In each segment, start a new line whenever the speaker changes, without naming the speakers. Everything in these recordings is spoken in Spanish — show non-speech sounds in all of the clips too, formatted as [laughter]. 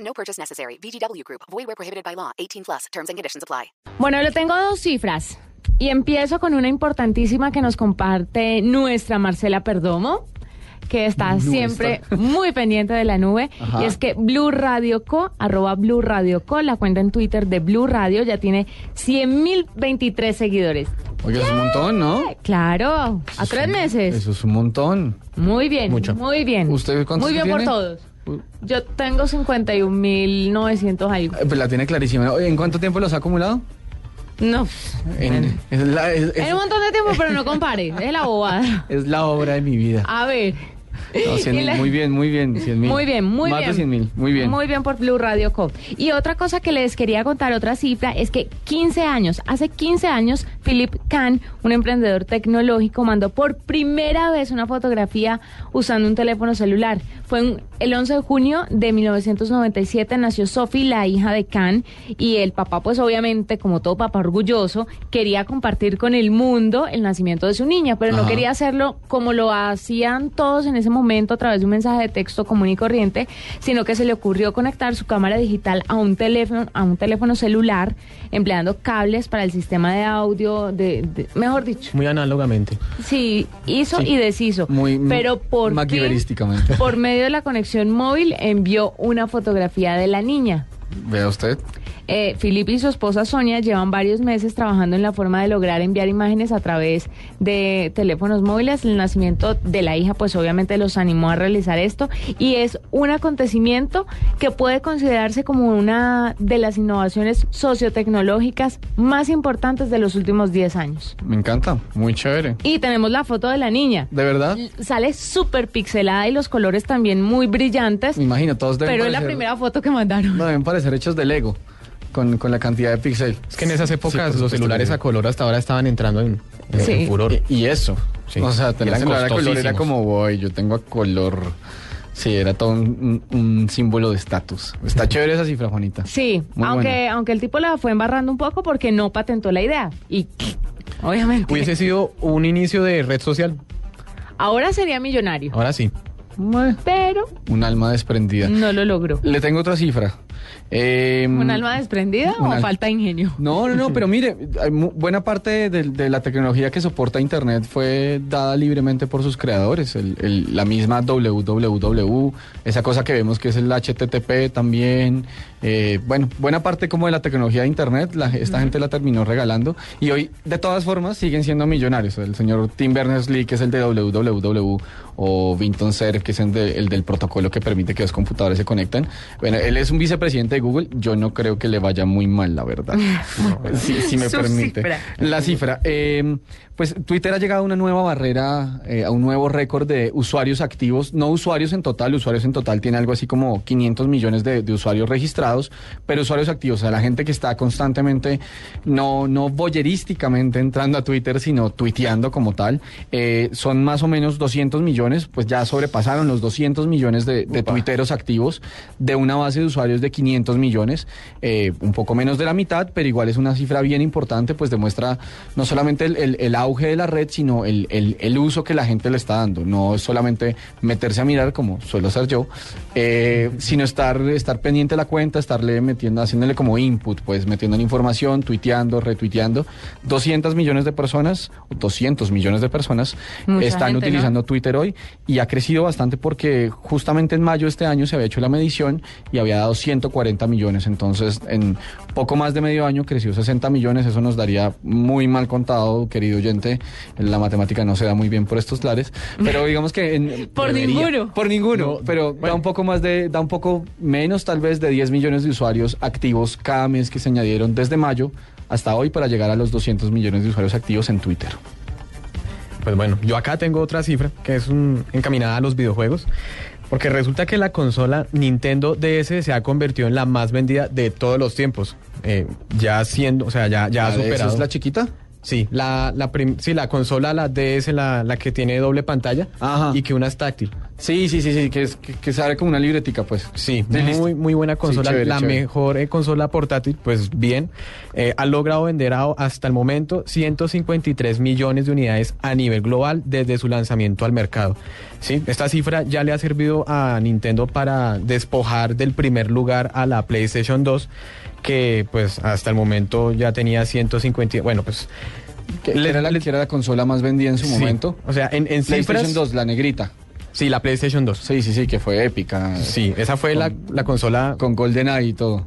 No purchase necessary. VGW Group. Void where prohibited by law. 18 plus. Terms and conditions apply.
Bueno, le tengo dos cifras. Y empiezo con una importantísima que nos comparte nuestra Marcela Perdomo, que está siempre muy pendiente de la nube. Y es que Blue Radio Co, arroba Blue Radio Co, la cuenta en Twitter de Blue Radio, ya tiene 100.023 seguidores.
Oiga, es un montón, ¿no?
Claro, a tres meses.
Eso es un montón.
Muy bien,
Mucho.
muy bien.
¿Usted cuántos
Muy bien por
tiene?
todos. Yo tengo 51.900 algo.
Eh, Pues la tiene clarísima. Oye, ¿En cuánto tiempo los ha acumulado?
No,
En, es, la, es- es-
es un montón de tiempo, pero no compare, es la bobada.
es la obra de mi vida.
A ver.
No, cien
Ah, Y
mil,
la-
muy bien, muy bien. cien mil.
Muy bien, muy
Más
bien.
de 100 mil, muy bien.
Muy bien por Blue Radio Co. Y otra cosa que les quería contar, otra cifra, es que 15 años, hace 15 años, Philip Kahn, un emprendedor tecnológico, mandó por primera vez una fotografía usando un teléfono celular. Fue en- el 11 de junio de 1997, nació Sophie, la hija de Kahn, y el papá, pues obviamente, como todo papá orgulloso, quería compartir con el mundo el nacimiento de su niña, pero no
Ajá.
quería hacerlo como lo hacían todos en ese momento a través de un mensaje de texto común y corriente, sino que se le ocurrió conectar su cámara digital a un teléfono, a un teléfono celular, empleando cables para el sistema de audio, de, de- mejor dicho,
Muy análogamente.
sí, hizo
Sí.
y deshizo.
Muy
pero por
maquiaverísticamente.
fin, por medio de la conexión móvil envió una fotografía de la niña.
Vea usted.
Eh, Philip y su esposa Sonia llevan varios meses trabajando en la forma de lograr enviar imágenes a través de teléfonos móviles. El nacimiento de la hija, pues obviamente los animó a realizar esto y es un acontecimiento que puede considerarse como una de las innovaciones sociotecnológicas más importantes de los últimos 10 años.
Me encanta. Muy chévere.
Y tenemos la foto de la niña.
¿De verdad?
Sale súper pixelada y los colores también muy brillantes,
Me imagino, todos deben
pero es
parecer,
la primera foto que mandaron.
no, deben parecer hechos de Lego. Con, con la cantidad de píxeles.
Es que en esas épocas
por
los
supuesto
celulares
que sí.
a color hasta ahora estaban entrando en, en-
Sí.
en furor.
Y, y eso.
Sí.
O sea,
Y
tener
eran
celular a color era
costosísimos.
como, voy, yo tengo a color. Sí, era todo un, un- un símbolo de estatus. Está chévere esa cifra, Juanita.
Sí,
Muy
aunque
buena.
aunque el tipo la fue embarrando un poco porque no patentó la idea. Y obviamente
Hubiese sido un inicio de red social.
ahora sería millonario,
Ahora sí.
Bueno,
pero
Un alma desprendida.
no lo logró.
Le tengo otra cifra. Eh,
Mm. ¿Un alma desprendida
un
o
al-
falta de ingenio?
No, no, no, pero mire, hay mu- buena parte de, de la tecnología que soporta Internet fue dada libremente por sus creadores. El- el- la misma www, esa cosa que vemos que es el HTTP también. eh, bueno, buena parte como de la tecnología de Internet, la- esta gente la terminó regalando. Y hoy, de todas formas, siguen siendo millonarios. El señor Tim Berners-Lee, que es el de www, o Vinton Cerf, que es el, de- el del protocolo que permite que los computadores se conecten. Bueno, él es un vicepresidente de Google. Yo no creo que le vaya muy mal,
[laughs]
la verdad. si, si me
Su
permite.
cifra.
La cifra. eh, pues Twitter ha llegado a una nueva barrera, eh, a un nuevo récord de usuarios activos. No usuarios en total, usuarios en total tiene algo así como 500 millones de, de usuarios registrados, pero usuarios activos, o sea, la gente que está constantemente, no, no voyerísticamente entrando a Twitter, sino tuiteando como tal, eh, son más o menos 200 millones, pues ya sobrepasaron los 200 millones de, de tuiteros activos de una base de usuarios de 500 millones, eh, un poco menos de la mitad, pero igual es una cifra bien importante, pues demuestra no solamente el, el- el auge de la red, sino el, el- el uso que la gente le está dando. No es solamente meterse a mirar, como suelo hacer yo, eh, sino estar, estar pendiente de la cuenta, estarle metiendo, haciéndole como input, pues metiendo la información, tuiteando, retuiteando. 200 millones de personas, 200 millones de personas
Mucha gente,
están
¿no?
utilizando utilizando Twitter hoy y ha crecido bastante porque justamente en mayo de este año se había hecho la medición y había dado 140 millones. Entonces, en poco más de medio año creció 60 millones. Eso nos daría muy mal contado, querido oyente. La matemática no se da muy bien por estos lares,
[laughs]
pero digamos que en-
Por ninguno.
Por ninguno,
No,
pero da un poco más de da un poco menos tal vez de 10 millones de usuarios activos cada mes que se añadieron desde mayo hasta hoy para llegar a los 200 millones de usuarios activos en Twitter.
Pues bueno, yo acá tengo otra cifra que es un- encaminada a los videojuegos. Porque resulta que la consola Nintendo DS se ha convertido en la más vendida de todos los tiempos. Eh, ya siendo, o sea, ya, ya ha
¿La de esas
superado.
Ah, es la chiquita?
Sí, la, la prim- sí, la consola, la DS, la, la que tiene doble pantalla
Ajá.
y que una es táctil.
Sí, sí, sí, sí, que, es, que, que se abre como una libretica, pues.
Sí,
listo.
muy, muy buena consola,
Sí, chévere,
la
chévere.
mejor eh, consola portátil, pues bien, Eh, ha logrado vender a- hasta el momento 153 millones de unidades a nivel global desde su lanzamiento al mercado. Sí, esta cifra ya le ha servido a Nintendo para despojar del primer lugar a la PlayStation 2, que pues hasta el momento ya tenía 150, bueno pues
Que
Le-
era, la, que era la consola más vendida en su
sí.
momento.
o sea en, en
PlayStation
cifras,
2, la negrita.
sí, la PlayStation 2,
Sí, sí, sí, que fue épica.
sí, esa fue la, la consola,
Con GoldenEye y todo.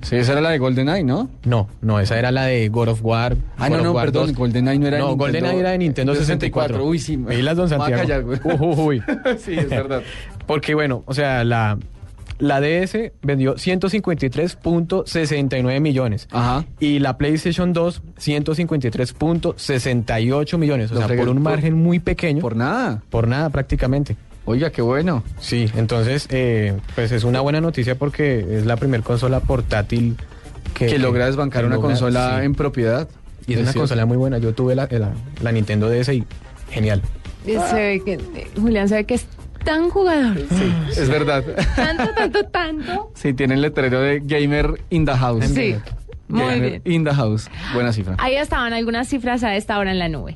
Sí, esa era la de GoldenEye, ¿no?
No, no, esa era la de God of War.
Ah,
God
no,
of
no,
War
perdón,
2.
GoldenEye no era de
No,
Nintendo- eh,
GoldenEye era de Nintendo
de
64.
64. Uy, sí. [laughs]
Pilas, don Santiago.
Macaya, güey.
Uy, uy, uy.
[laughs] sí, es verdad.
Porque bueno, o sea, la, la DS vendió 153.69 millones.
Ajá.
Y la PlayStation 2, 153.68 millones. O
Lo
sea,
fregué
por un
por-
margen muy pequeño.
Por nada.
por nada prácticamente.
Oiga, qué bueno.
Sí, entonces, eh, pues es una buena noticia porque es la primer consola portátil que,
Que, logra desbancar
que
una
logra-
consola
sí.
en propiedad.
Y es una
cierto.
consola muy buena. Yo tuve la, la- la Nintendo DS y genial.
Se ve que, eh, Julián se ve que es tan jugador.
[laughs] Es verdad.
[laughs]
[laughs]
Tanto, tanto, tanto.
Sí, tiene el letrero de Gamer in the House.
Sí. Muy
Gamer
bien.
in the House. Buena cifra.
Ahí estaban algunas cifras a esta hora en la nube.